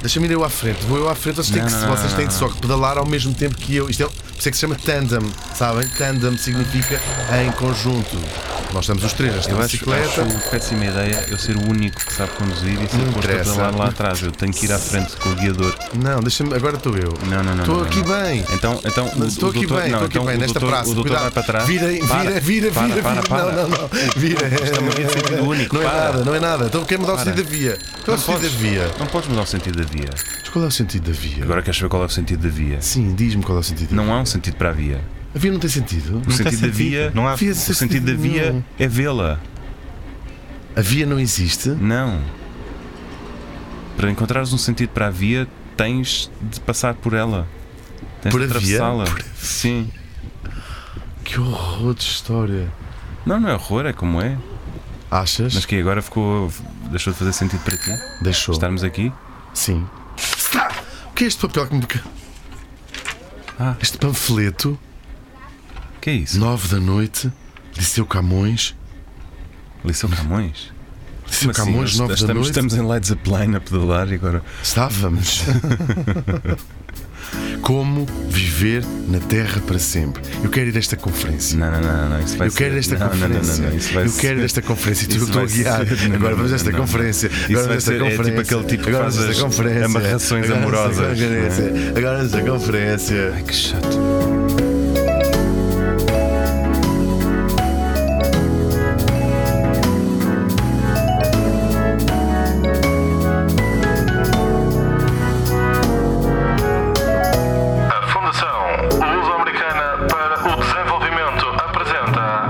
Deixa-me ir eu à frente. Vou eu à frente, vocês têm, Não, que, não, não, vocês não, têm não. que só pedalar ao mesmo tempo que eu. Isto é, por isso é que se chama tandem, sabem? Tandem significa em conjunto. Nós estamos os três, esta Eu acho, É bicicleta. acho é péssima ideia eu ser o único que sabe conduzir e ser Não posto a interessa. pedalar lá atrás. Eu tenho que ir à frente com o guiador. Não, deixa-me. Agora estou eu. Não, não, não. Estou não, aqui não. bem. Então, então o- Mas Estou o aqui doutor- bem, não, estou aqui então bem o nesta doutor- praça. O doutor cuidado. vai para trás. Vira, vira, Para, vira, vira, para, vira. para, para. Não, não, não. Vira. Isto é uma via de sentido único, Não é para. nada, não é nada. Então quer mudar o Para. sentido da via. Qual é o sentido da via? Não podes mudar o sentido da via. Mas qual é o sentido da via? Agora queres saber qual é o sentido da via? Sim, diz-me qual é o sentido. Não há um sentido para a via. A via não tem sentido. O tem sentido da sentido. via. Não há- O Via- sentido da via Não. é vê-la. A via não existe. Não. Para encontrares um sentido para a via, tens de passar por ela. Tens Por de a via? atravessá-la. Por a Sim. Que horror de história. Não, não é horror, é como é. Achas? Mas que agora ficou. deixou de fazer sentido para ti? Deixou. Estarmos aqui? Sim. Está! O que é este papel que me. ca- Ah. Este panfleto, Que é isso? nove da noite, Liceu Camões. Liceu Camões? Liceu Mas sim, Camões, assim? nós nove da estamos, noite. estamos em Lights Up Line a pedalar e agora. Estávamos. Como viver na Terra para sempre. Eu quero ir a esta conferência. Não, não, não, não, isso vai Eu quero ir a ser- esta não, não, não, não, conferência. não, isso vai Eu ser- quero ir a esta conferência. e Tu eu Isso estou a vai guiar. ser- não, não, Agora vamos a não, esta não, não. conferência. Isso Agora vai vamos a ser- esta é tipo conferência. aquele tipo que Agora vamos a faz esta as conferência. amarrações Agora vamos a esta amorosas, não é? conferência. Agora vamos a esta conferência. Ai que chato. A Fundação Luso-Americana para o Desenvolvimento apresenta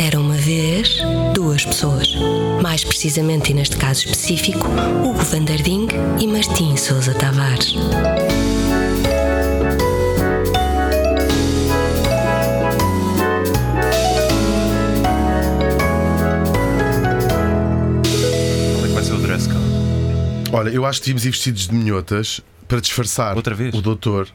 Era uma vez duas pessoas. Mais precisamente, e neste caso específico, Hugo Vandarding e Martim Sousa Tavares. Qual é que vai ser o dress code? Olha, eu acho que devíamos ir vestidos de minhotas para disfarçar Outra vez? Ah, o doutor.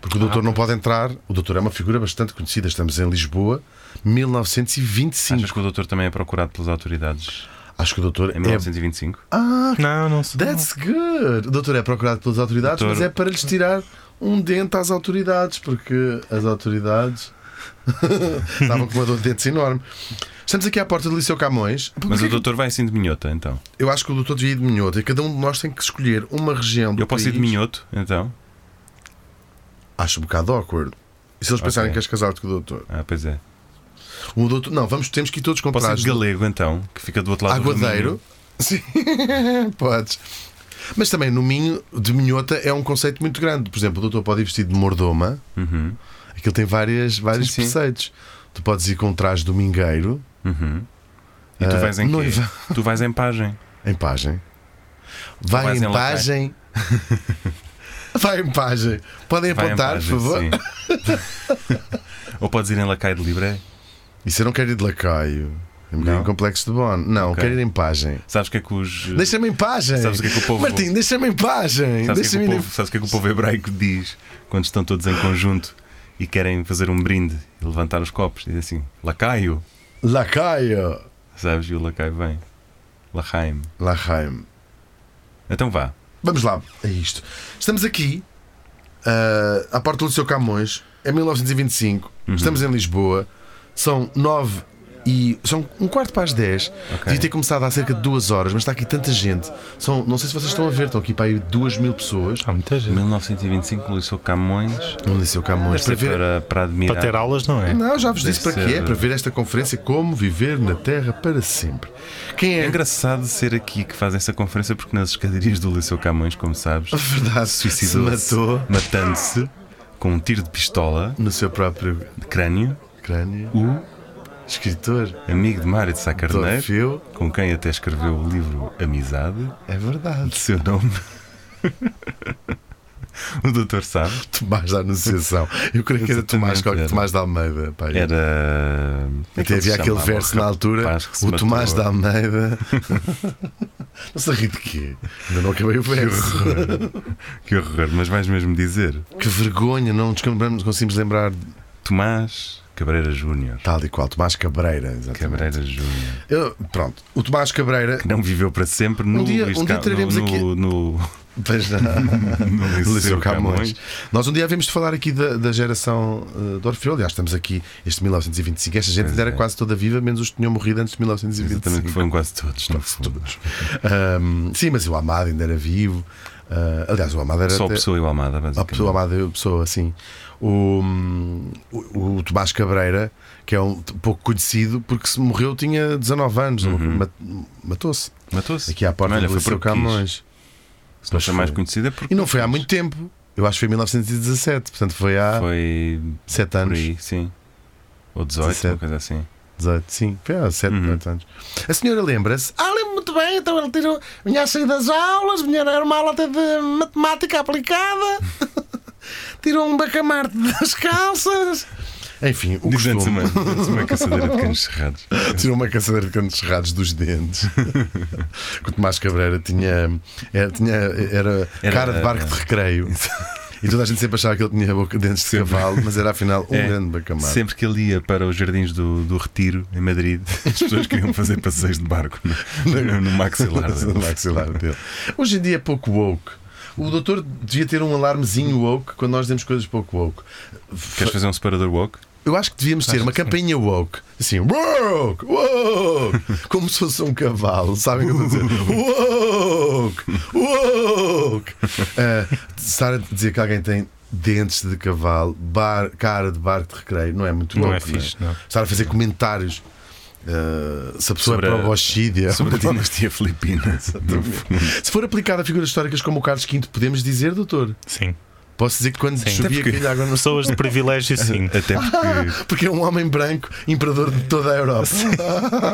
Porque o doutor não pode entrar. O doutor é uma figura bastante conhecida. Estamos em Lisboa, 1925. Achas que o doutor também é procurado pelas autoridades Acho que o doutor é. em 1925? Ah, Não, não sei. that's good! O doutor é procurado pelas autoridades, Doutor- mas é para lhes tirar um dente às autoridades, porque as autoridades estavam com uma dor de dentes enorme. Estamos aqui à porta do Liceu Camões. Mas Porquê o que- doutor vai assim de minhota, então. Eu acho que o doutor devia ir de minhoto e cada um de nós tem que escolher uma região do Eu posso ir de país. minhoto, então? Acho um bocado awkward. E se eles pensarem Ok. que és casado com o doutor? Ah, pois é. O doutor. Não, vamos, temos que ir todos com Posso ir trajes de de galego, então, que fica do outro lado do aguadeiro. Minho. Sim, podes. Mas também no Minho, de minhota é um conceito muito grande. Por exemplo, o doutor pode ir vestido de mordoma. Uhum, Aquilo tem várias, vários Sim, sim. preceitos. Tu podes ir com um traje domingueiro uhum. E tu Ah, vais em quê? noiva. Tu vais em pajem. em pajem. Vai Vais em em lacaio. pajem. Vai em pajem. Podem Vai em apontar, pajem, por favor. sim. Ou podes ir em lacaio de libre. Isso eu não quero ir de lacaio. É um bocadinho Não? complexo de Bono. Não, Ok. quero ir em pajem. Sabes o que é que os. Deixa-me em pajem. Sabes o que é que o povo- Martim, deixa-me em pajem. Sabes o que, é Deixa-me que o ir em- povo- sabes o que é que o povo hebraico diz quando estão todos em conjunto e querem fazer um brinde e levantar os copos? Diz assim: lacaio. Lacaio. Sabes? E o lacaio vem. Lachaim. Lachaim. Então vá. Vamos lá, é isto. Estamos aqui, ah, à porta do Liceu Camões, é 1925, Uhum. estamos em Lisboa, são nove e. são um quarto para as dez. Devia ter começado há cerca de duas horas, mas está aqui tanta gente. São, não sei se vocês estão a ver, estão aqui para aí duas mil pessoas Ah, Há muita gente. 1925, Liceu Camões. no Liceu Camões para Para, ver. para, admirar. Para ter aulas, não é? Não, já vos Deve disse para ser- quê? É para ver esta conferência Como Viver na Terra para Sempre. Quem É é? engraçado ser aqui que fazem essa conferência porque nas escadarias do Liceu Camões, como sabes, verdade, suicidou-se, se matou matando-se com um tiro de pistola no seu próprio de crânio, crânio. o Escritor, amigo de Mário de Sá Dom Carneiro, Fio, com quem até escreveu o livro Amizade, é de verdade. seu nome. o doutor sabe, Tomás da Anunciação. Eu creio que era Exatamente, Tomás, era. Tomás da Almeida. Pá. era. como é que Até ele se havia aquele chamava? verso na altura, rapaz que se o Tomás matou. da Almeida. não se ri de quê? Ainda não acabei o verso. Que horror, mas vais mesmo dizer. Que vergonha, não nos lembramos- não conseguimos lembrar Tomás Cabreira Júnior. Tal e qual, Tomás Cabreira. exatamente. Cabreira Júnior. Eu- pronto, o Tomás Cabreira. Que não viveu para sempre no dia- Luís um dia Ca- teremos no, aqui- no, no, Pois não. no Liceu Liceu Camões. Camões. Nós um dia havíamos de falar aqui da, da geração eh, de Orfeu. Aliás, estamos aqui, este 1925. Esta gente ainda era quase toda viva, menos os que tinham morrido antes de 1925. é. Exatamente, que foram quase todos. no fundo. Ahm, sim, mas o Amado ainda era vivo. Ah, aliás, o Amado era. Só a até- pessoa e o Amada, A basicamente. pessoa amada, a pessoa assim. O, o, o Tomás Cabreira, que é um t- pouco conhecido, porque se morreu tinha 19 anos, mat- matou-se. Matou-se. Aqui à porta Olha, do Uhum. foi Liceu porque quis. Camões. Se não foi mais Foi. conhecida é porque. E não foi há quis. muito tempo. Eu acho que foi em 1917, portanto foi há Foi 7 por anos. aí, sim. Ou 18, 17. uma coisa assim. 18, sim, foi há 7, Uhum. 8 anos. A senhora lembra-se? Ah, lembro muito bem, então ele tirou. Vinha a sair das aulas, vinha era uma aula até de matemática aplicada, tirou um bacamarte das calças. Enfim, o Dizendo-se costume. uma, dizendo-se uma caçadeira de canos cerrados. Tirou uma caçadeira de cantos cerrados dos dentes. que o Tomás Cabreira tinha. Era, tinha- era Era- é. cara de barco de recreio. E toda a gente sempre achava que ele tinha boca, dentes de cavalo, mas era afinal um É. grande bacamarte. Sempre que ele ia para os jardins do, do Retiro, em Madrid, as pessoas queriam fazer passeios de barco no, no, no maxilar. dele. O maxilar dele. Hoje em dia é pouco woke. O doutor devia ter um alarmezinho woke quando nós demos coisas pouco woke. Queres fazer um separador woke? Eu acho que devíamos ter uma campainha woke. Assim, woke, woke. Como se fosse um cavalo, sabem o que eu estou a dizer? Woke, woke. Ah, estar a dizer que alguém tem dentes de cavalo, bar- cara de barco de recreio, não é muito Não woke. é fixe, não. Estar a fazer comentários. ah, se a pessoa Sobre é a- proboscídea Sobre a dinastia filipina. No fundo. se for aplicado a figuras históricas como o Carlos V, podemos dizer, doutor? Sim. Posso dizer que quando chovia Até porque- caía água no Pessoas de privilégio, sim. É. Até porque. Porque é um homem branco, imperador de toda a Europa.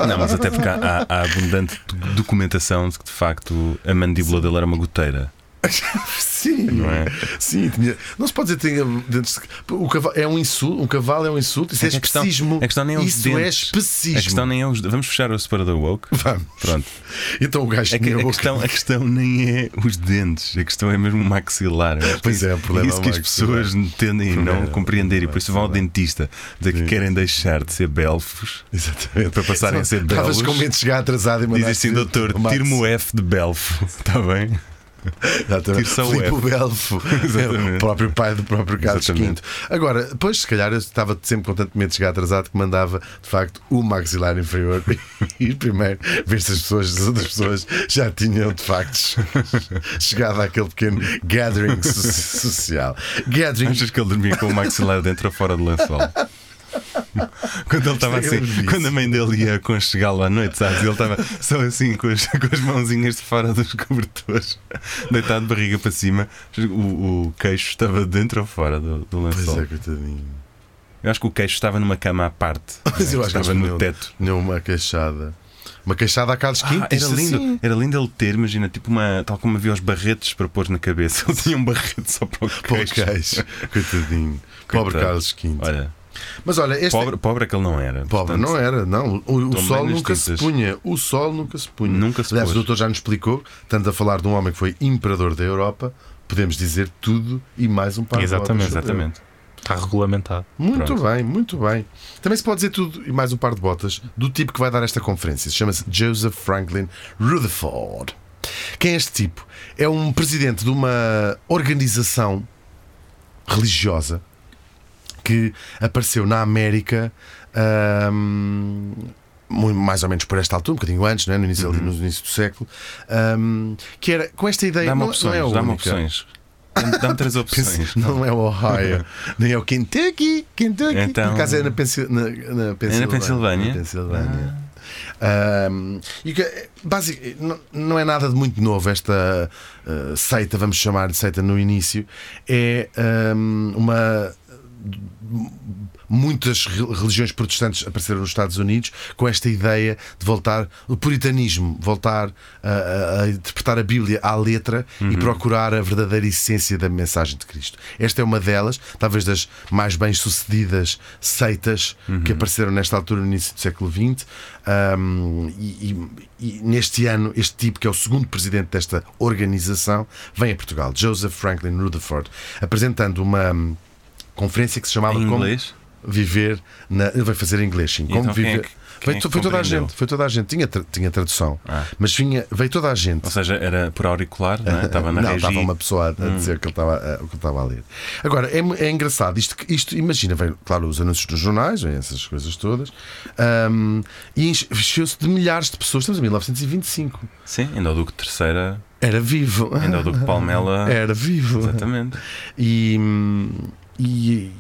Não, mas até porque há, há- há abundante do- documentação de que de facto a mandíbula dele era uma goteira. Sim, Não é? sim tinha- não se pode dizer que tinha dentes de- o cavalo é um insulto, um cavalo é um insulto, isso é, É que a questão- especismo. a questão nem é os isso é dentes. especismo. A questão nem é os. Vamos fechar o separador woke? Vamos. Pronto. Então o gajo É que tinha a boca- questão, a questão nem é os dentes, a questão é mesmo o maxilar. Eu acho Pois que é, o problema isso que é o as maxilar. pessoas tendem a não Primeiro, compreender e por isso vão ao maxilar. dentista dizer que querem deixar de ser belfos. Exatamente. Para passarem a ser Estavas belos. com medo de chegar atrasado e é Diz mandaste assim, vir- doutor, Max. tire-me o F de belfo, está bem? Exatamente. Tire só o Filipe F. o Belfo, Exatamente. É o próprio pai do próprio Carlos V. Exatamente. Agora, pois, se calhar eu estava sempre com tanto medo de chegar atrasado que mandava, de facto, o maxilar inferior e primeiro ver se as pessoas, se as outras pessoas já tinham, de facto, chegado àquele pequeno gathering so- social. Gathering Achas que é ele dormia com o maxilar dentro ou fora do lençol? Quando ele estava Isto é assim, grande vício. quando a mãe dele ia aconchegá-lo à noite, sabes? Ele estava só assim com as, com as mãozinhas de fora dos cobertores, deitado de barriga para cima, o, o queixo estava dentro ou fora do, do Pois lençol. é, coitadinho. Eu acho que o queixo estava numa cama à parte, Mas eu acho que estava eles tinham- no teto. Tinham uma queixada. Uma queixada a Carlos V. Ah, era isto lindo, assim. era lindo ele ter, imagina, tipo uma, tal como havia os barretes para pôr na cabeça. Ele tinha um barrete só para o queixo. Pobre queixo. Coitadinho. Pobre Coitado. Carlos V. Olha, Mas olha, este pobre, pobre é que ele não era. Pobre, portanto, não era, não. O- O, Estão sol bem nas nunca se tintas. punha. O sol nunca se punha. Nunca se Aliás, o pôs. doutor já nos explicou, tanto a falar de um homem que foi imperador da Europa, podemos dizer tudo e mais um par de Exatamente, botas. Exatamente. Está regulamentado. Muito Pronto. bem, muito bem. Também se pode dizer tudo e mais um par de botas do tipo que vai dar esta conferência. Chama-se Joseph Franklin Rutherford. Quem é este tipo? É um presidente de uma organização religiosa que apareceu na América ahm, mu- mais ou menos por esta altura, um bocadinho antes, não é? no, início, Uhum. ali, no início do século, ahm, que era com esta ideia. Dá-me não, não é a opções, dá-me única. opções. Dá-me- Dá-me três opções. Pensa- não é o Ohio, nem é o Kentucky. Kentucky. Então- Por acaso é na, Pensil... na, na Pensilvânia. Ah. Pensilvânia? Na Pensilvânia. Ahm, e o que- basic- não, não é nada de muito novo esta ah, seita, vamos chamar de seita no início. É ahm, uma. Muitas re- religiões protestantes apareceram nos Estados Unidos com esta ideia de voltar o puritanismo, voltar a, a- a interpretar a Bíblia à letra e procurar a verdadeira essência da mensagem de Cristo. Esta é uma delas, talvez das mais bem-sucedidas seitas que apareceram nesta altura, no início do século XX. Ahm, e, e- e neste ano, este tipo, que é o segundo presidente desta organização, vem a Portugal, Joseph Franklin Rutherford, apresentando uma hum, conferência que se chamava Em como- inglês? viver na. Ele vai fazer em inglês, sim. E Como então quem é viver. que- quem Veio é to- que foi toda a compreendeu? gente, foi toda a gente. Tinha, tra- tinha tradução, Ah. mas vinha, veio toda a gente. Ou seja, era por auricular, não é? Estava na Eh, não, regi. Hum. estava uma pessoa a- a dizer que ele estava a- o que ele estava a ler. Agora, é, mu- é engraçado, isto, que- isto imagina, vem, claro, os anúncios nos jornais, vem essas coisas todas, ahm, e enche- encheu-se de milhares de pessoas. Estamos em 1925. Sim, ainda o Duque Terceira, Era vivo. ainda o Duque Palmela. Era vivo. Exatamente. E, hum, e,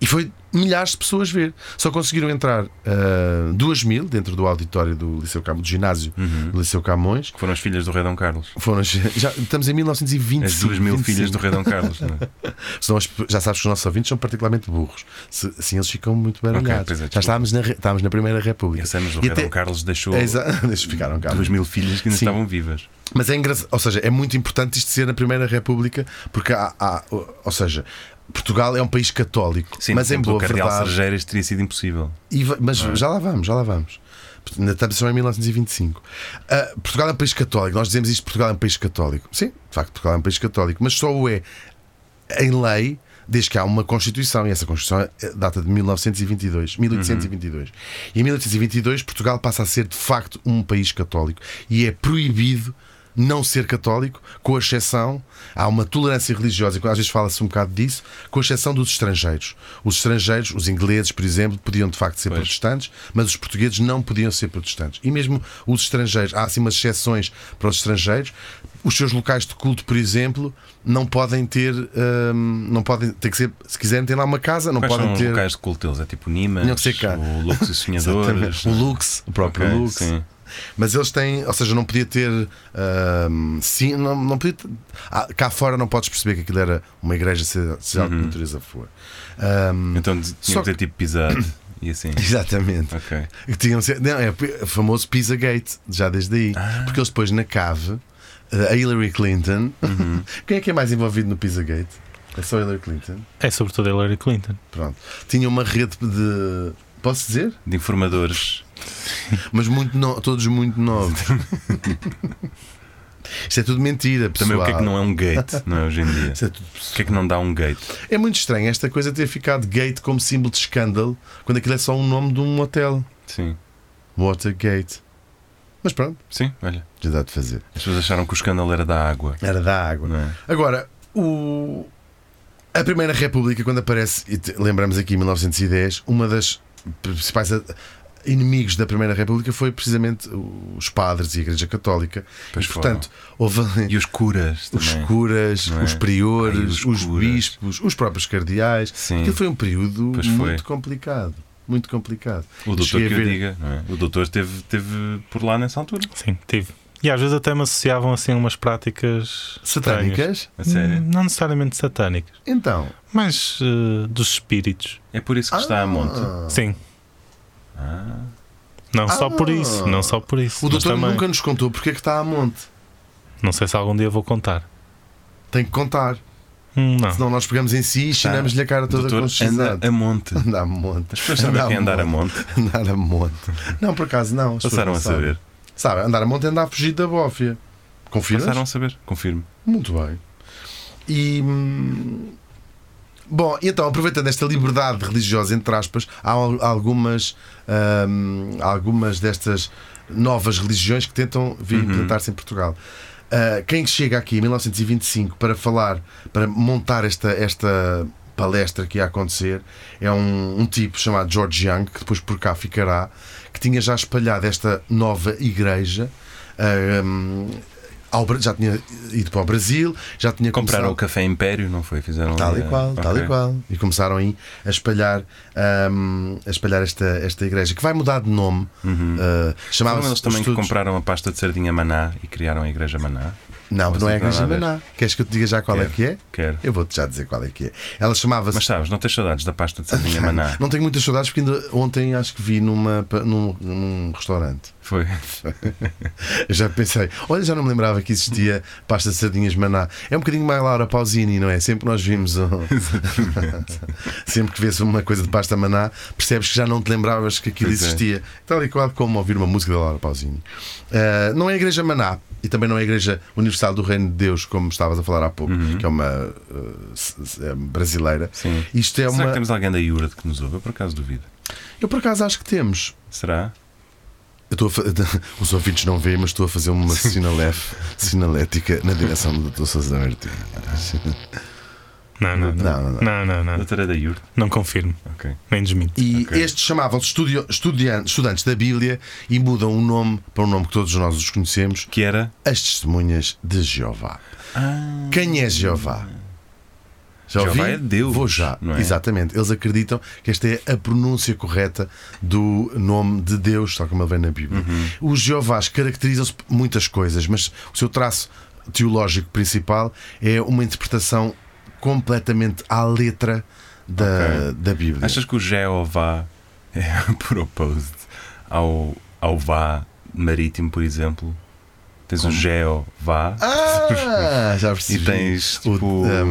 e foi milhares de pessoas ver. Só conseguiram entrar ah, duas mil dentro do auditório do Liceu Camões, do ginásio Uhum. do Liceu Camões. Que foram as filhas do Rei Dom Carlos. Foram, as- já estamos em 1925. As duas mil 25. filhas do Rei Dom Carlos. Não é? Senão as- já sabes que os nossos ouvintes são particularmente burros. Se, assim eles ficam muito baralhados. pois é, já desculpa. estávamos na, re- estávamos na Primeira República. Pensamos, o E Rei até- Dom Carlos deixou É, exa- Deixa ficaram cá. duas mil filhas que ainda Sim. estavam vivas. Mas é engraçado, ou seja, é muito importante isto ser na Primeira República, porque há, há- ou seja, Portugal é um país católico, Sim, mas no em tempo do boa Cardeal verdade. Sargeiras teria sido impossível. E va- mas já lá vamos, já lá vamos. Na estamos só em 1925. Ah, Portugal é um país católico. Nós dizemos isto: Portugal é um país católico. Sim, de facto, Portugal é um país católico, mas só o é em lei desde que há uma Constituição. E essa Constituição eh, data de 1922. 1822. E em 1822, Portugal passa a ser de facto um país católico. E é proibido não ser católico, com exceção, há uma tolerância religiosa, e às vezes fala-se um bocado disso, com exceção dos estrangeiros. Os estrangeiros, os ingleses, por exemplo, podiam de facto ser protestantes, mas os portugueses não podiam ser protestantes. E mesmo os estrangeiros, há assim umas exceções para os estrangeiros, os seus locais de culto, por exemplo, não podem ter, hum, não podem, tem que ser, se quiserem, tem lá uma casa, não Quais podem são os ter locais de culto deles? É tipo Nimas, Tinham que ser cá. o Lux e Sonhadores. Exatamente. o Lux, o próprio Ok, Lux. sim. Mas eles têm, ou seja, não podia ter. ahm, sim, não, não podia ter- Ah, cá fora não podes perceber que aquilo era uma igreja, seja, seja Uhum. de que natureza for. Ahm, Então de- tinham que ter tipo pisado e assim. exatamente. Ok. Que tinham sido- não, é o famoso Pizzagate, já desde aí. Ah. Porque eles depois na cave, eh, a Hillary Clinton. Uhum. Quem é que é mais envolvido no Pizzagate? É só Hillary Clinton. É sobretudo Hillary Clinton. Pronto. Tinha uma rede de. Posso dizer? De informadores. Mas muito no- todos muito novos. Isto é tudo mentira, pessoal. Também o que é que não é um gate, não é hoje em dia? Isto é tudo O que é que não dá um gate? É muito estranho esta coisa ter ficado gate como símbolo de escândalo quando aquilo é só um nome de um hotel. Sim. Watergate. Mas pronto, Sim, olha. já dá de fazer. As pessoas acharam que o escândalo era da água. Era da água. Não é? Agora, o... a Primeira República, quando aparece, e te- lembramos aqui em 1910, uma das principais a- inimigos da Primeira República foi precisamente os padres e a Igreja Católica. Pois e, portanto, houve ali- E os curas os também. curas, Não é? os priores, Ai, os os, curas. bispos, os próprios cardeais. Sim. Aquilo foi um período Pois foi. muito complicado. Muito complicado. O doutor Cheguei a que o ver- diga, não é? O doutor teve, teve por lá nessa altura. Sim, tive. E às vezes até me associavam assim a umas práticas estranhas. Satânicas? A sério. Hum, Não necessariamente satânicas, Então. mas eh, dos espíritos. É por isso que está Ah, a monte. Sim. Não só por isso, não só por isso. Ah. O mas doutor também- nunca nos contou porque é que está a monte. Não sei se algum dia vou contar. Tem que contar. Hum, Não. Senão nós pegamos em si e chinamos-lhe a cara O toda Ah. Tá. doutor com anda xizado. a monte. Andar a monte. As pessoas sabem o que é andar a monte. Andar a monte. Não, por acaso não. As pessoas Passaram não a sabem. saber. Sabe, andar a monte é andar a fugir da bófia. Confirmas? Passaram a saber, confirmo. Muito bem. E. hum, Bom, e então, aproveitando esta liberdade religiosa, entre aspas, há al- algumas, hum, algumas destas novas religiões que tentam vir Uhum. implantar-se em Portugal. Ah, quem chega aqui em 1925 para falar, para montar esta, esta palestra que ia acontecer, é um, um tipo chamado George Young, que depois por cá ficará, que tinha já espalhado esta nova igreja. ah, hum, ao Bra- já tinha ido para o Brasil, já tinha Compraram o começado... Café Império, não foi? Fizeram Tal e eh, qual, tal e ok. qual. E começaram aí a espalhar, hum, a espalhar esta, esta igreja, que vai mudar de nome. Uh, Foram Chamava-se eles Uhum. também os que Todos- compraram a pasta de sardinha Maná e criaram a Igreja Maná? Não, Ou não é a seja, igreja nada a ver. Maná. Queres que eu te diga já qual é Quero. que é? Quero. Eu vou-te já dizer qual é que é. Ela chamava-se. Mas sabes, não tens saudades da pasta de sardinha Maná? Não tenho muitas saudades porque ainda ontem acho que vi numa, pa- num, num restaurante. Foi. É Eu já pensei, olha, já não me lembrava que existia pasta de sardinhas Maná. É um bocadinho mais Laura Pausini, não é? Sempre que nós vimos. um- Sempre que vês uma coisa de pasta Maná, percebes que já não te lembravas que aquilo Pois é. existia. Tal e qual como ouvir uma música da Laura Pausini. Ah, não é a Igreja Maná, e também não é a Igreja Universal do Reino de Deus, como estavas a falar há pouco, que é uma eh, s- s- eh, brasileira. Uhum. Sim. Isto é Será uma. que temos alguém da Iura que nos ouve? Eu por acaso duvido. Eu por acaso acho que temos. Será? Eu estou a fa- Os ouvintes não veem, mas estou a fazer uma sinalef... sinalética na direção do Dr. Sousa Martins. Não, não, não. Não, não, não. Não, não, Ah. não. Doutora é da Iura? Não confirmo. Ok. Nem desminto. E Ok. estes chamavam-se estudio- estudian- estudantes da Bíblia e mudam o nome para um nome que todos nós os conhecemos: Que era? As Testemunhas de Jeová. Ah, Quem é Jeová? Já Jeová ouvi? é Deus, Vou já. não é? Exatamente. Eles acreditam que esta é a pronúncia correta do nome de Deus, tal como ele vem na Bíblia. Uhum. Os Jeovás caracterizam-se por muitas coisas, mas o seu traço teológico principal é uma interpretação completamente à letra da, da Bíblia. achas que o Jeová é por opposed ao, ao vá marítimo, por exemplo? Tens o Jeová. Ah, já percebi. E tens, tipo, o, um,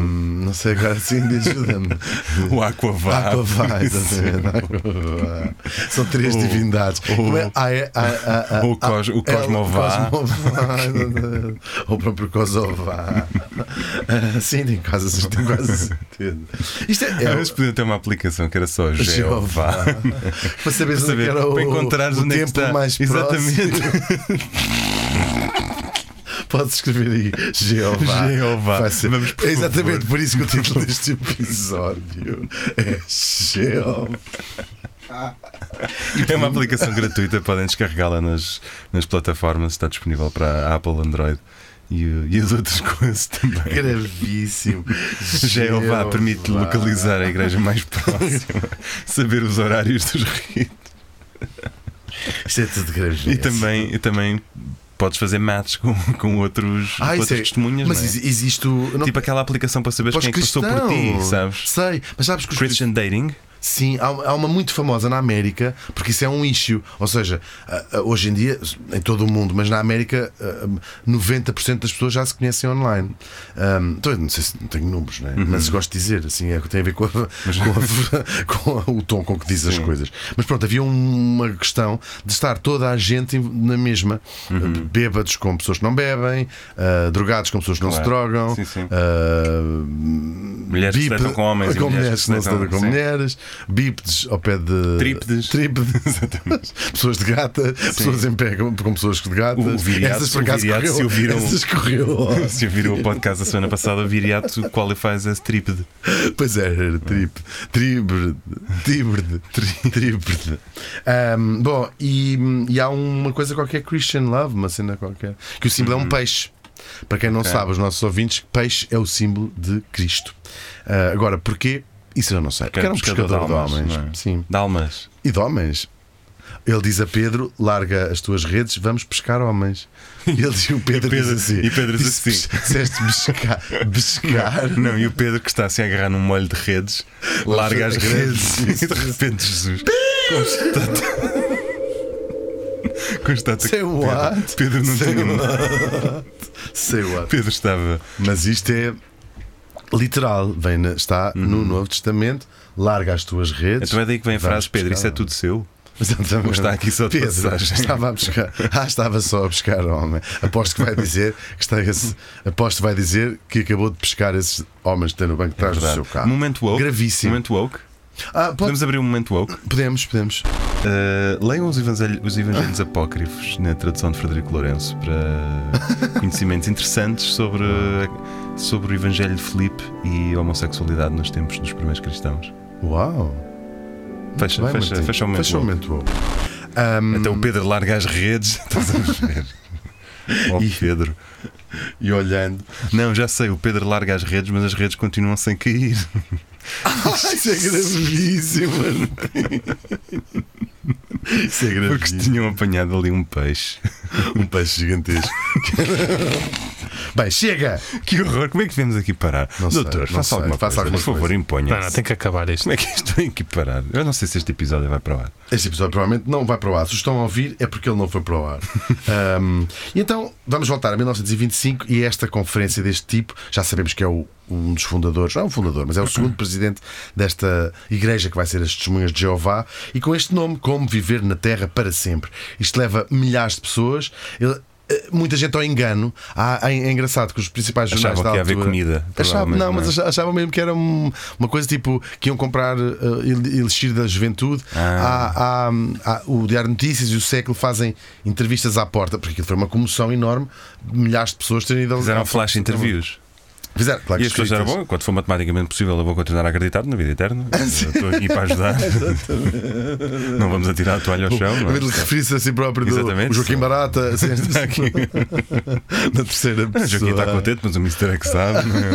não sei agora sim, ajuda-me. O Ah, Aquavá. Aquavá, por exemplo. exatamente. Aquavá. tá São três O- divindades. o- Como é? Ah, é- ah, ah, ah, o cos- o ah, é Cosmová. Cosmová, exatamente. Ou o próprio Cosová. Ah, Sim, tenho quase, tenho quase certeza. Isto é. Ah, é Eles podiam ter uma aplicação que era só Jeová. Para saberes Para saber, onde era o, para encontrares o onde é que templo está. mais Exatamente. próximo, Podes escrever aí Jeová. Jeová. Vai ser- Vamos, por é exatamente favor. por isso que o título deste episódio é Jeová. É uma aplicação gratuita, podem descarregá-la nas, nas plataformas, está disponível para a Apple, Android e, e as outras coisas também. é Gravíssimo. Jeová permite localizar a igreja mais próxima, saber os horários dos ritos Isto é tudo gravíssimo. e também, e também podes fazer matches com, com outros Ah, com isso outras é- testemunhas. Mas não é? exi- existe o. eu Não, Tipo aquela aplicação para saber para os quem é que passou por ti, cristãos. sabes? Sei, mas sabes que os Christian dating? Sim, há, há uma muito famosa na América, porque isso é um issue. Ou seja, ah, ah, hoje em dia, em todo o mundo, mas na América, ah, ah, 90% das pessoas já se conhecem online. Ahm, então, eu não sei se não tenho números, né? Uhum. mas gosto de dizer, assim, é, que tem a ver com, a- com a- com a- o tom com que diz as coisas. Mas pronto, havia um- uma questão de estar toda a gente na mesma. Uhum. Bêbados com pessoas que não bebem, ah, drogados com pessoas que não se Claro. drogam. Sim, sim. ah, Mulheres que se Bip- deitam com homens e com mulheres que mulheres se que não se deitam- deitam com sim. mulheres, bípedes ao pé de. Trípedes. Trípedes. pessoas de gata, pessoas em pé com, com pessoas de gata. O Viriato- Essas por o acaso Viriato correu. se ouviram- Essas correu. Se ouviram o podcast da semana passada, o Viriato qualifies as trípede. pois é, era tripe. Tríberde. Tríberde. Tríberde. Ahm, bom, e, e há uma coisa qualquer, Christian Love, uma cena qualquer, que o símbolo Uhum. é um peixe. Para quem não sabe, os nossos ouvintes, peixe é o símbolo de Cristo. Ah, agora, porquê? Isso eu não sei. Porque era um pescador de homens. não é? Sim. De almas. E de homens. Ele diz a Pedro: larga as tuas redes, vamos pescar homens. E ele diz, o Pedro, Pedro- diz assim: e Pedro diz "Disse- assim." Disseste pescar. pescar. Não, e o Pedro que está assim a agarrar num molho de redes, larga as redes e de repente Jesus constata. Constata Say que what? Pedro, Pedro não Say tinha nada. Sei lá. Pedro estava. Mas isto é literal. Vem na- está no Novo Testamento: larga as tuas redes. Uhum. Então é daí que vem a vamos frase: Pedro, pescar isso é homens." tudo seu. Exatamente. Ou está aqui só de Pedro, passagem? Estava a buscar. Ah, estava só a pescar homem. Aposto que vai dizer que está esse- aposto que vai dizer que acabou de pescar esses homens que tem no banco de trás do seu carro. É Momento woke. Gravíssimo. Momento woke. Ah, pode- Podemos abrir um momento woke. podemos, podemos. Uh, leiam os, evangelho- os Evangelhos Apócrifos na tradução de Frederico Lourenço para conhecimentos interessantes sobre, sobre o Evangelho de Filipe e a homossexualidade nos tempos dos primeiros cristãos. Uau! Fecha, Vai, fecha, Martim. fecha o momento. Fecha o momento. Ahm, Até o Pedro larga as redes. Estás a ver? Oh, Pedro. e olhando. Não, já sei, o Pedro larga as redes, mas as redes continuam sem cair. Isso é gravíssimo! Isso é Porque gravíssimo. tinham apanhado ali um peixe. Um peixe gigantesco. Bem, chega! Que horror! Como é que viemos aqui parar? Não sei, Doutor, não faça sei. alguma Faça coisa. alguma por favor, coisa. imponha. Não, não, tem que acabar isto. Como é que isto tem que parar? Eu não sei se este episódio vai para lá. Este episódio provavelmente não vai para o ar. Se o estão a ouvir, é porque ele não foi para o ar. Ahm, e então, vamos voltar a 1925 e esta conferência deste tipo, já sabemos que é o- um dos fundadores, não é um fundador, mas é o segundo presidente desta igreja que vai ser as Testemunhas de Jeová, e com este nome, Como Viver na Terra para Sempre. Isto leva milhares de pessoas. Ele- eh, muita gente ao engano. Há- há- é engraçado que os principais jornais Achavam da que ia haver altura, comida. Achava, provavelmente, é? não, mas acha- achavam mesmo que era um- uma coisa tipo que iam comprar uh, el- elixir da juventude. Ah. Há- há, hum, há- o Diário de Notícias e o Século fazem entrevistas à porta, porque aquilo foi uma comoção enorme. Milhares de pessoas terem ido Fizeram à- flash interviews. Fizeram, claro E que as pessoas disseram: escritas. bom, quando for matematicamente possível, eu vou continuar a acreditar na vida eterna. Eu Estou aqui para ajudar. não vamos atirar a toalha ao chão. A não é? ver, ele referir-se a si próprio do Exatamente. o Joaquim Barata assim, na terceira O pessoa. Ah, Joaquim está contente, mas o Mr. é que sabe. não é?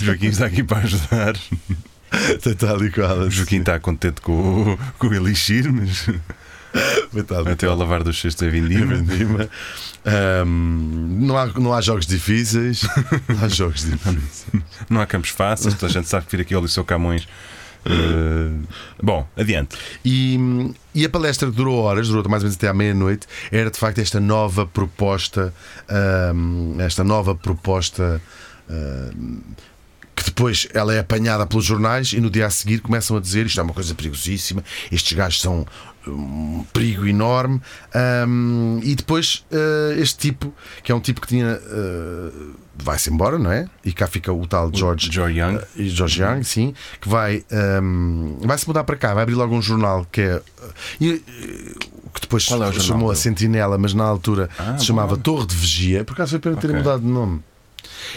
O Joaquim está aqui para ajudar. Está tal e qual. O Joaquim está contente com o, com o Elixir, mas Coitado. até ao lavar dos cestos é vindima. Vindima. Ahm, não, há, não há jogos difíceis. Não há jogos difíceis. Não há campos fáceis, toda a gente sabe que vir aqui ao Liceu Camões. eh, bom, adiante. E, e a palestra durou horas, durou mais ou menos até à meia-noite. Era de facto esta nova proposta, ahm, esta nova proposta ahm, que depois ela é apanhada pelos jornais e no dia a seguir começam a dizer isto é uma coisa perigosíssima, estes gajos são um perigo enorme. Ahm, e depois ah, este tipo, que é um tipo que tinha. ah, Vai-se embora, não é? E cá fica o tal George Joe Young. e George Young, sim, que vai, ehm, vai se mudar para cá, vai abrir logo um jornal que é. e, eh, que depois Qual é o se jornal chamou a dele? Sentinela, mas na altura Ah, se chamava bom. Torre de Vigia, por acaso foi pena terem Ok. mudado de nome.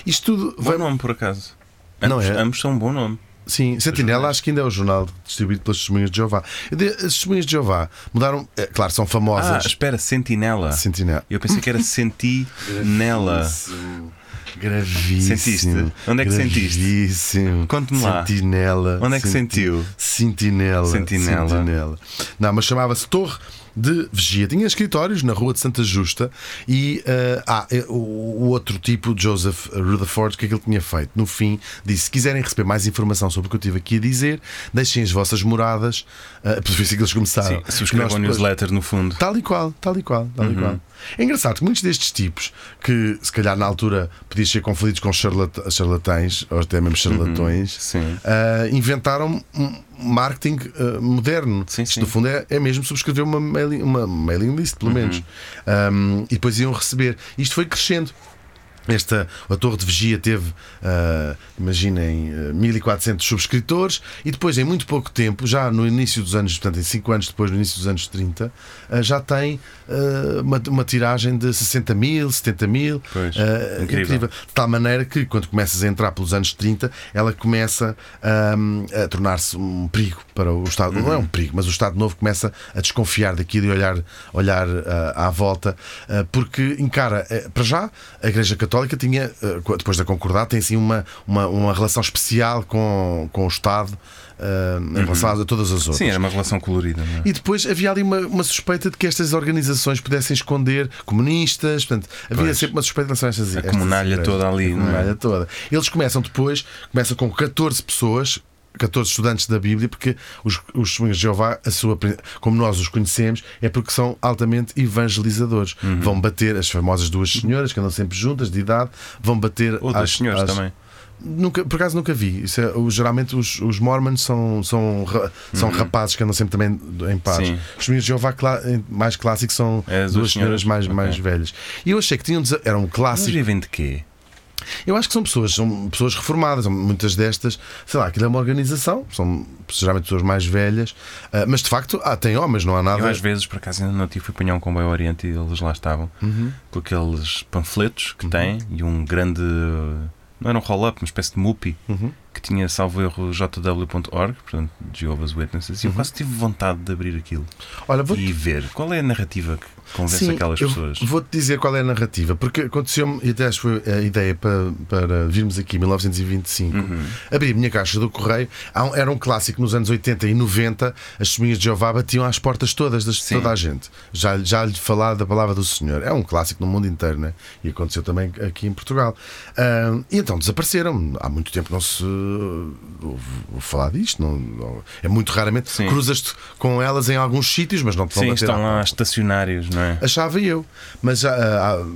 Isto tudo Bom vai. nome, por acaso. Não ambos, é? ambos são um bom nome. Sim, Sentinela acho que ainda é o jornal distribuído pelas Testemunhas de Jeová. Eu dei- As Testemunhas de Jeová mudaram, é, claro, são Ah, famosas. espera, Sentinela. Sentinela. Eu pensei que era Sentinela. Gravíssimo. Sentiste? Onde é que sentiste? Gravíssimo. Conte-me lá. Sentinela. Onde é que sentiu? Sentinela. Sentinela. Sentinela. Não, mas chamava-se Torre de Vigia. Tinha escritórios na Rua de Santa Justa e eh, ah, eh, o, o outro tipo, o Joseph Rutherford, que é que ele tinha feito? No fim, disse: se quiserem receber mais informação sobre o que eu tive aqui a dizer, deixem as vossas moradas. Uh, por isso é que eles começaram. Sim, Nós subscrevam o depois- Tá. newsletter no fundo. Tal e qual, tal e qual, tal Uhum. e qual. É engraçado que muitos destes tipos, que se calhar na altura podiam ser conflitos com charlata- charlatães, ou até mesmo charlatões, Uhum. Sim. ah, inventaram um marketing ah, moderno. Sim, Isto sim. Uhum. no fundo é, é mesmo subscrever uma mailing, uma mailing list, pelo menos. Ahm, e depois iam receber. Isto foi crescendo. Esta, a Torre de Vigia teve, ah, imaginem, ah, 1400 subscritores e depois, em muito pouco tempo, já no início dos anos, portanto, em 5 anos depois, no início dos anos 30, ah, já tem ah, uma, uma tiragem de 60 mil, 70 mil. Pois, ah, incrível. De tal maneira que, quando começas a entrar pelos anos 30, ela começa hum, a tornar-se um perigo para o Estado. Uhum. Não é um perigo, mas o Estado Novo começa a desconfiar daquilo e olhar, olhar ah, à volta, ah, porque encara, eh, para já, a Igreja Católica tinha, ah, co- depois da Concordata, tem assim uma, uma, uma relação especial com, com o Estado ah, em relação a todas as outras. Uhum. Sim, era uma relação colorida. não é? E depois havia ali uma, uma suspeita de que estas organizações pudessem esconder comunistas, portanto, havia Pois. sempre uma suspeita em relação a estas A estas comunalha igrejas. toda ali, A não é? comunalha toda. Eles começam depois, começam com 14 pessoas. 14 estudantes da Bíblia, porque os, os testemunhos de Jeová, a sua, prin- como nós os conhecemos, é porque são altamente evangelizadores. Uhum. Vão bater as famosas duas senhoras, que andam sempre juntas, de idade, vão bater. Ou dos às- senhores às- também. Nunca, por acaso nunca vi. Isso é- o- geralmente os, os Mormons são, são, ra- são rapazes que andam sempre também em paz. Uhum. Sim. Os meninos de Jeová cla- mais clássicos são É, as duas, duas senhoras, senhoras. mais, Ok. mais velhas. E eu achei que tinham. desa- Era um Eles clássico. vivem de quê? Eu acho que são pessoas, são pessoas reformadas, muitas destas, sei lá, aquilo é uma organização, são geralmente pessoas mais velhas, ah, mas de facto ah, tem homens, não há nada. Eu às vezes, por acaso, ainda não tive, fui apanhar um comboio ao Oriente e eles lá estavam Uhum. com aqueles panfletos que têm e um grande. Não era um roll-up, uma espécie de MUPI Uhum. que tinha, salvo erro, jw.org, portanto, Jehovah's Witnesses, Uhum. e eu quase tive vontade de abrir aquilo Olha, vou e ver qual é a narrativa que convence Sim, aquelas eu pessoas. Vou-te dizer qual é a narrativa, porque aconteceu-me, e até acho que foi a ideia para, para virmos aqui, 1925. Uhum. Abri a minha caixa do correio, há um- era um clássico nos anos 80 e 90, as testemunhas de Jeová batiam às portas todas das, Sim. toda a gente. Já, já lhe falar da palavra do Senhor. É um clássico no mundo inteiro, né? E aconteceu também aqui em Portugal. Ah, e então desapareceram. Há muito tempo não se ouve falar disto. Não, não- é muito raramente. Sim. Cruzas-te com elas em alguns sítios, mas não te vão Sim, bater à estão porta. lá estacionários, não é? Achava eu. ah, Mas há,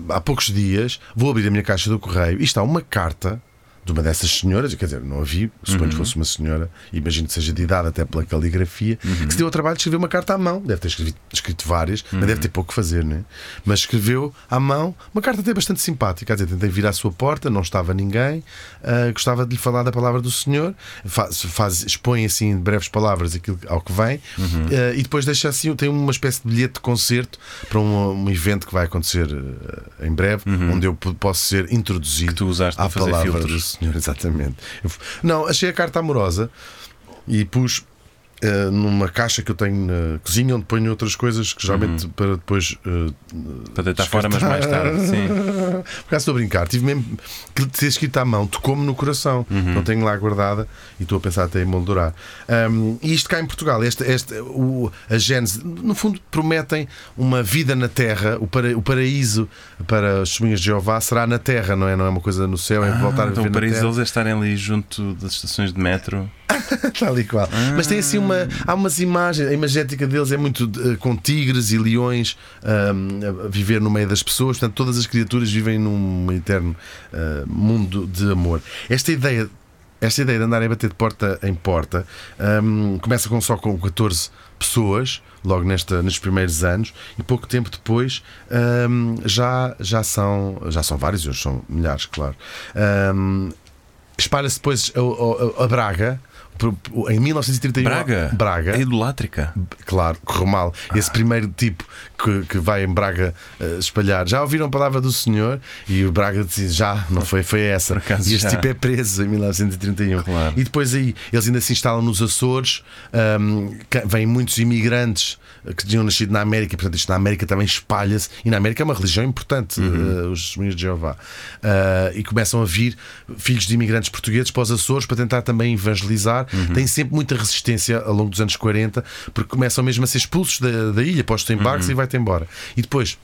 há- há poucos dias vou abrir a minha caixa do correio e está uma carta de uma dessas senhoras, quer dizer, não a vi, suponho que fosse uma senhora, imagino que seja de idade até pela caligrafia, que se deu ao trabalho de escrever uma carta à mão. Deve ter escrito, escrito várias, mas deve ter pouco que fazer, né? Mas escreveu à mão uma carta até bastante simpática. Quer dizer, tentei vir à sua porta, não estava ninguém, ah, gostava de lhe falar da palavra do senhor, faz, faz- expõe assim em breves palavras aquilo que- ao que vem Uhum. ah, e depois deixa assim, tem uma espécie de bilhete de concerto para um, um evento que vai acontecer ah, em breve, onde eu p- posso ser introduzido Uhum. Que tu usaste à para fazer palavra filtros. do senhor, exatamente. Eu f- não, achei a carta amorosa e pus eh, numa caixa que eu tenho na cozinha onde ponho outras coisas que geralmente Uhum. para depois. eh, Para deitar fora, mas mais tarde. Sim. por acaso estou a brincar, tive mesmo que ter escrito à mão, tocou-me no coração. Uhum. Então tenho lá guardada e estou a pensar até em moldurar. Ahm, e isto cá em Portugal, este, este, o, a Gênese, no fundo, prometem uma vida na terra, o, para, o paraíso para as testemunhas de Jeová será na terra, não é? Não é uma coisa no céu, é voltar a então viver o paraíso na terra. deles é estarem ali junto das estações de metro. Tal e qual. Mas tem assim uma. Há umas imagens. A imagética deles é muito eh, com tigres e leões ahm, a viver no meio das pessoas. Portanto, todas as criaturas vivem num eterno ah, mundo de amor. Esta ideia. Esta ideia de andarem a bater de porta em porta ahm, começa com só com 14 pessoas, logo nesta, nestes primeiros anos, e pouco tempo depois ahm, já, já, são, já são vários, hoje são milhares, claro. Ahm, espalha-se depois a, a- a Braga. pro- pro- Em 1931, Braga. Ah. Braga, É idolátrica. claro, correu mal. Esse primeiro tipo que, que vai em Braga eh, espalhar. Já ouviram a palavra do senhor? E o Braga diz: Já, não foi, foi essa. acaso, e este já. tipo é preso em 1931. Claro. E depois aí, eles ainda se instalam nos Açores. ahm, ca- vêm muitos imigrantes eh, que tinham nascido na América. Portanto, isto na América também espalha-se. E na América é uma religião importante, eh, os testemunhos de Jeová. Ah, e começam a vir filhos de imigrantes portugueses para os Açores para tentar também evangelizar. Têm sempre muita resistência ao longo dos anos 40, porque começam mesmo a ser expulsos da, da ilha, postos em barcos e vai-te embora. E depois.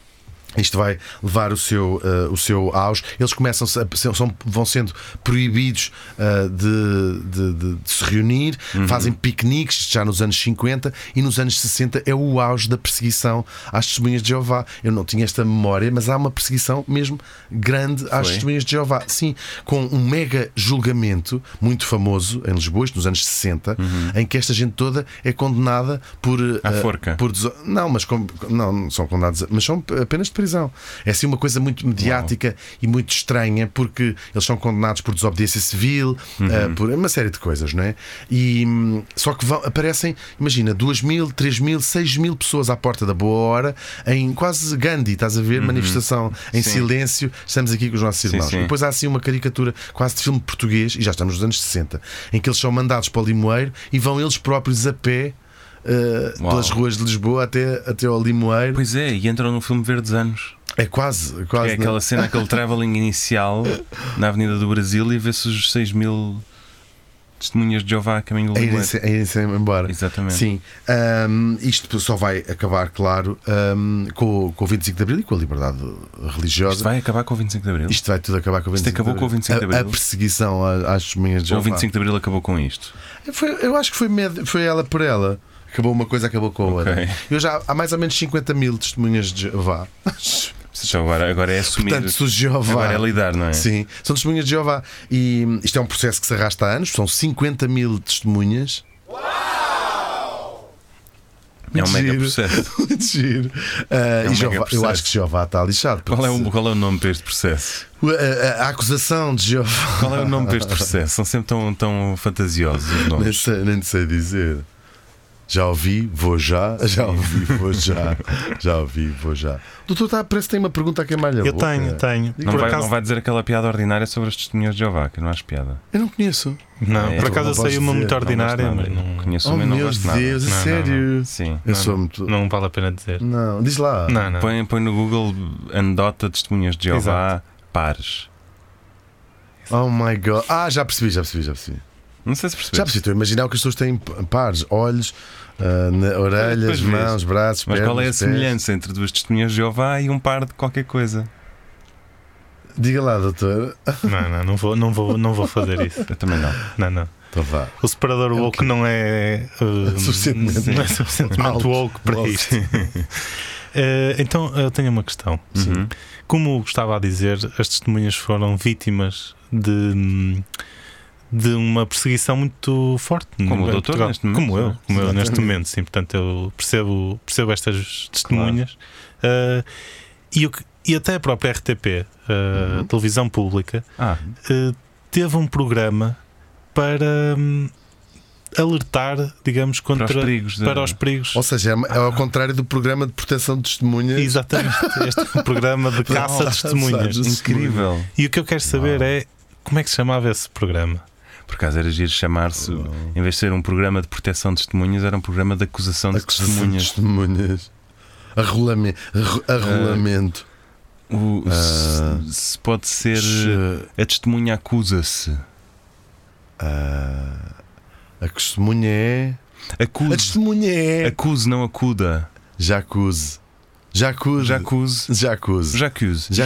Isto vai levar o seu, eh, o seu auge. Eles começam a, são- são- vão sendo proibidos eh, de, de- de- de se reunir, Uhum. fazem piqueniques isto já nos anos 50 e nos anos 60 é o auge da perseguição às testemunhas de Jeová. Eu não tinha esta memória, mas há uma perseguição mesmo grande às testemunhas de Jeová. Sim, com um mega julgamento muito famoso em Lisboa, isto nos anos 60, em que esta gente toda é condenada por. Uhum. À eh, forca. por deso- Não, mas com- não, não são condenados, a- mas são apenas de prisão. É assim uma coisa muito mediática e muito estranha, porque eles são condenados por desobediência civil, Uhum. ah, por uma série de coisas, não é? E, hum, só que vão- aparecem, imagina, 2 mil, 3 mil, 6 mil pessoas à porta da boa hora, em quase Gandhi, estás a ver? Manifestação em Uhum. Sim. silêncio, estamos aqui com os nossos irmãos. sim. E Depois há assim uma caricatura quase de filme português, e já estamos nos anos 60, em que eles são mandados para o limoeiro e vão eles próprios a pé. ah, Uau. pelas ruas de Lisboa até, até ao Limoeiro. Pois é, e entram no filme Verdes Anos. É quase, é Que quase. é não- aquela cena, aquele travelling inicial na Avenida do Brasil e vê-se os 6 mil testemunhas de Jeová a caminho do A Limoeiro. irem-se a irem-se embora. Exatamente. Sim. Ahm, isto só vai acabar, claro, ahm, com, o- com o 25 de Abril e com a liberdade religiosa. Isto vai acabar com o 25 de Abril. Isto vai tudo acabar com o 25 Isto acabou de Abril. com o 25 de A- A, Abril? perseguição a- às testemunhas de Ou o é Jeová. 25 de Abril acabou com isto. Foi- eu acho que foi, med- foi ela por ela. Acabou uma coisa, acabou com a Ok. outra. Eu já há mais ou menos 50 mil testemunhas de Jeová. Então agora, agora é assumir. Portanto, se o Jeová. agora é lidar, não é? Sim, são testemunhas de Jeová. E hum, isto é um processo que se arrasta há anos, são 50 mil testemunhas. é um mega Giro. processo. Muito giro. Ah, um e mega Jeová- eu processo. acho que Jeová está lixado. porque Qual é, o, qual é o nome para este processo? se- a, a- a acusação de Jeová. Qual é o nome para este processo? São sempre tão, tão fantasiosos os Nem nomes. sei, nem sei dizer. Já ouvi, vou já. Já ouvi, vou já. Já ouvi, vou já. Doutor, tá, parece que tem uma pergunta a queimar-lhe a Eu boca. tenho, tenho. Não por vai, acaso, não vai dizer aquela piada ordinária sobre as testemunhas de Jeová, que eu não acho piada. Eu não conheço. não, É, por eu não acaso posso saiu uma dizer, muito não ordinária, não mas gosto nada. não, não conheço Oh uma e não meu gosto nada. Deus, a Não, não, sério. Não, Sim. Eu sou muito. não vale a pena dizer. Não, diz lá. Não, não. Põe, põe no Google anedota testemunhas de Jeová pares. Oh my god. Ah, já percebi, já percebi, já percebi. Não sei se Já percebes. percebi, estou a imaginar o que as pessoas têm p- pares, olhos, ah, na- orelhas, Depois vês. mãos, braços, Mas pernas, qual é a pés. semelhança entre duas testemunhas de Jeová e um par de qualquer coisa? Diga lá, doutor. Não, não, não vou, não vou, não vou fazer isso. Eu também não. Não, não. Então vá. O separador woke não é, uh, Suficientemente- não é suficientemente Alto. woke para Alto. isto. Eh, então eu tenho uma questão. Uhum. Como estava a dizer, as testemunhas foram vítimas de, de uma perseguição muito forte. Como o em doutor, Portugal. neste momento, Como eu, não é? como eu neste Exatamente. momento, sim. Portanto, eu percebo, percebo estas testemunhas. Ah, e, o que- e até a própria RTP, ah, Uhum. televisão pública, Ah, eh, teve um programa para hum, alertar, digamos, contra para os perigos. da- para os perigos. Ou seja, é é ao contrário do programa de proteção de testemunhas. Exatamente, este é um programa de caça de testemunhas. Sabes, Incrível. E o que eu quero saber Ah. Uau. é como é que se chamava esse programa? Por acaso era giro chamar-se, em vez de ser um programa de proteção de testemunhas, era um programa de acusação de Acusação de testemunhas. Ah, testemunhas. Arrolamento. Arrolamento. O- Ah. se, se pode ser. Che- A testemunha acusa-se. ah, A testemunha é. A Acuse. testemunha é. Acuse, não acuda. Jacuzzi. Jacuzzi. Jacuse. Jacuzzi. Jacuse. Jacuse. É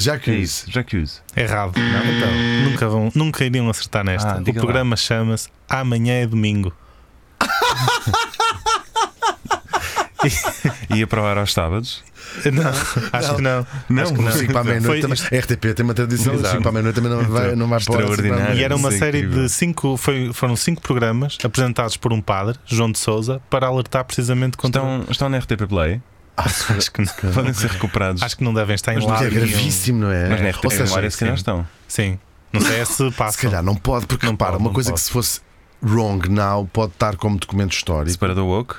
Jacuse. isso. Jacuse. Errado. então. Nunca, vão, nunca iriam acertar Ah, nesta. o diga lá. programa chama-se Amanhã é Domingo. Ia provar aos sábados. Não, acho que não. Não, acho que não. O 5 para a meia-noite Foi- também. A RTP tem uma tradição. O Exato. 5 para a meia-noite também não vai, não vai para o- Extraordinário. E era uma Isso é série incrível. de cinco, foi- foram cinco programas apresentados por um padre, João de Souza, para alertar precisamente contra. Estão, estão na RTP Play. acho, que não, Podem ser recuperados. acho que não devem estar em Mas não lado é nenhum. gravíssimo, não é? Mas na Ou RTP seja, Memória se calhar sim. estão. Sim. Não sei é se passa. se calhar não pode, porque Não repara, pode, uma não coisa pode. que se fosse wrong now pode estar como documento histórico. Separado Woke.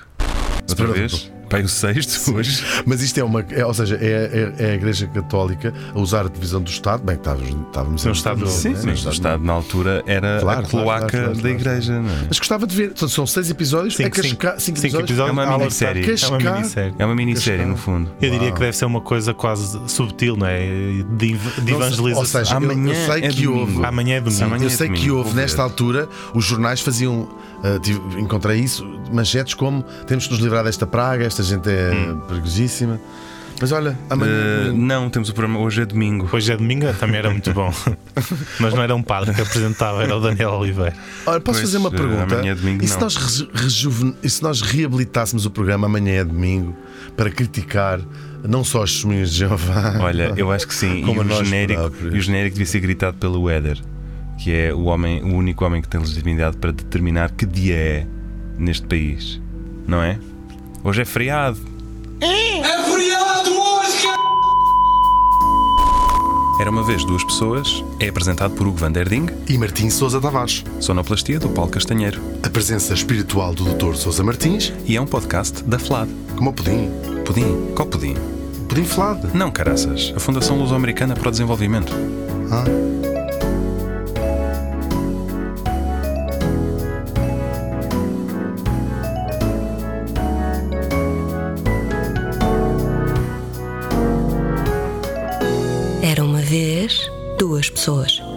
Outra Separado vez. Pai, o sexto hoje. Mas isto é uma. é- ou seja, é, é- é a Igreja Católica a usar a divisão do Estado. Bem, que estávamos, estávamos um Sim, o Estado- não é? Sim, Sim, mas o Estado na altura era Claro, a claro, cloaca claro, claro, da claro. igreja, não é? Mas gostava de ver. Portanto, são seis episódios. é Cinco, que as cinco. ca- cinco Cinco episódios. episódios É uma alertar- minissérie. É uma Cascar. minissérie. É uma minissérie, no fundo. Eu diria que deve ser uma coisa quase subtil, não é? De, ev- de Não sei- evangelização. Ou seja, eu- eu, Amanhã sei é que domingo. houve. amanhã é domingo. Amanhã eu é sei que domingo, houve, vou ver. nesta altura, os jornais faziam. ah, tive- encontrei isso, manchetes como temos que nos livrar desta praga, esta gente é perigosíssima. Mas olha, Uh, amanhã. não, temos o programa. Hoje é domingo. Hoje é domingo, também era muito bom. Mas não era um padre que apresentava, era o Daniel Oliveira. Olha, posso Pois, fazer uma eh, pergunta? amanhã é domingo, e, se não. nós reju- rejuven- e se nós reabilitássemos o programa amanhã é domingo para criticar não só as testemunhas de Jeová? Olha, eu acho que sim. Como e, o nós genérico, próprios. e o genérico devia ser gritado pelo Éder, que é o, homem, o único homem que tem legitimidade para determinar que dia é neste país. Não é? Hoje é feriado. É feriado hoje, cara! Era uma vez duas pessoas. É apresentado por Hugo Van Der Ding, E Martim Sousa Tavares, sonoplastia do Paulo Castanheiro. a presença espiritual do Dr. Sousa Martins, E é um podcast da FLAD. como o pudim, Pudim? Qual pudim? pudim flado. Não, caraças. A Fundação Luso-Americana para o Desenvolvimento. Ah. Era uma vez duas pessoas,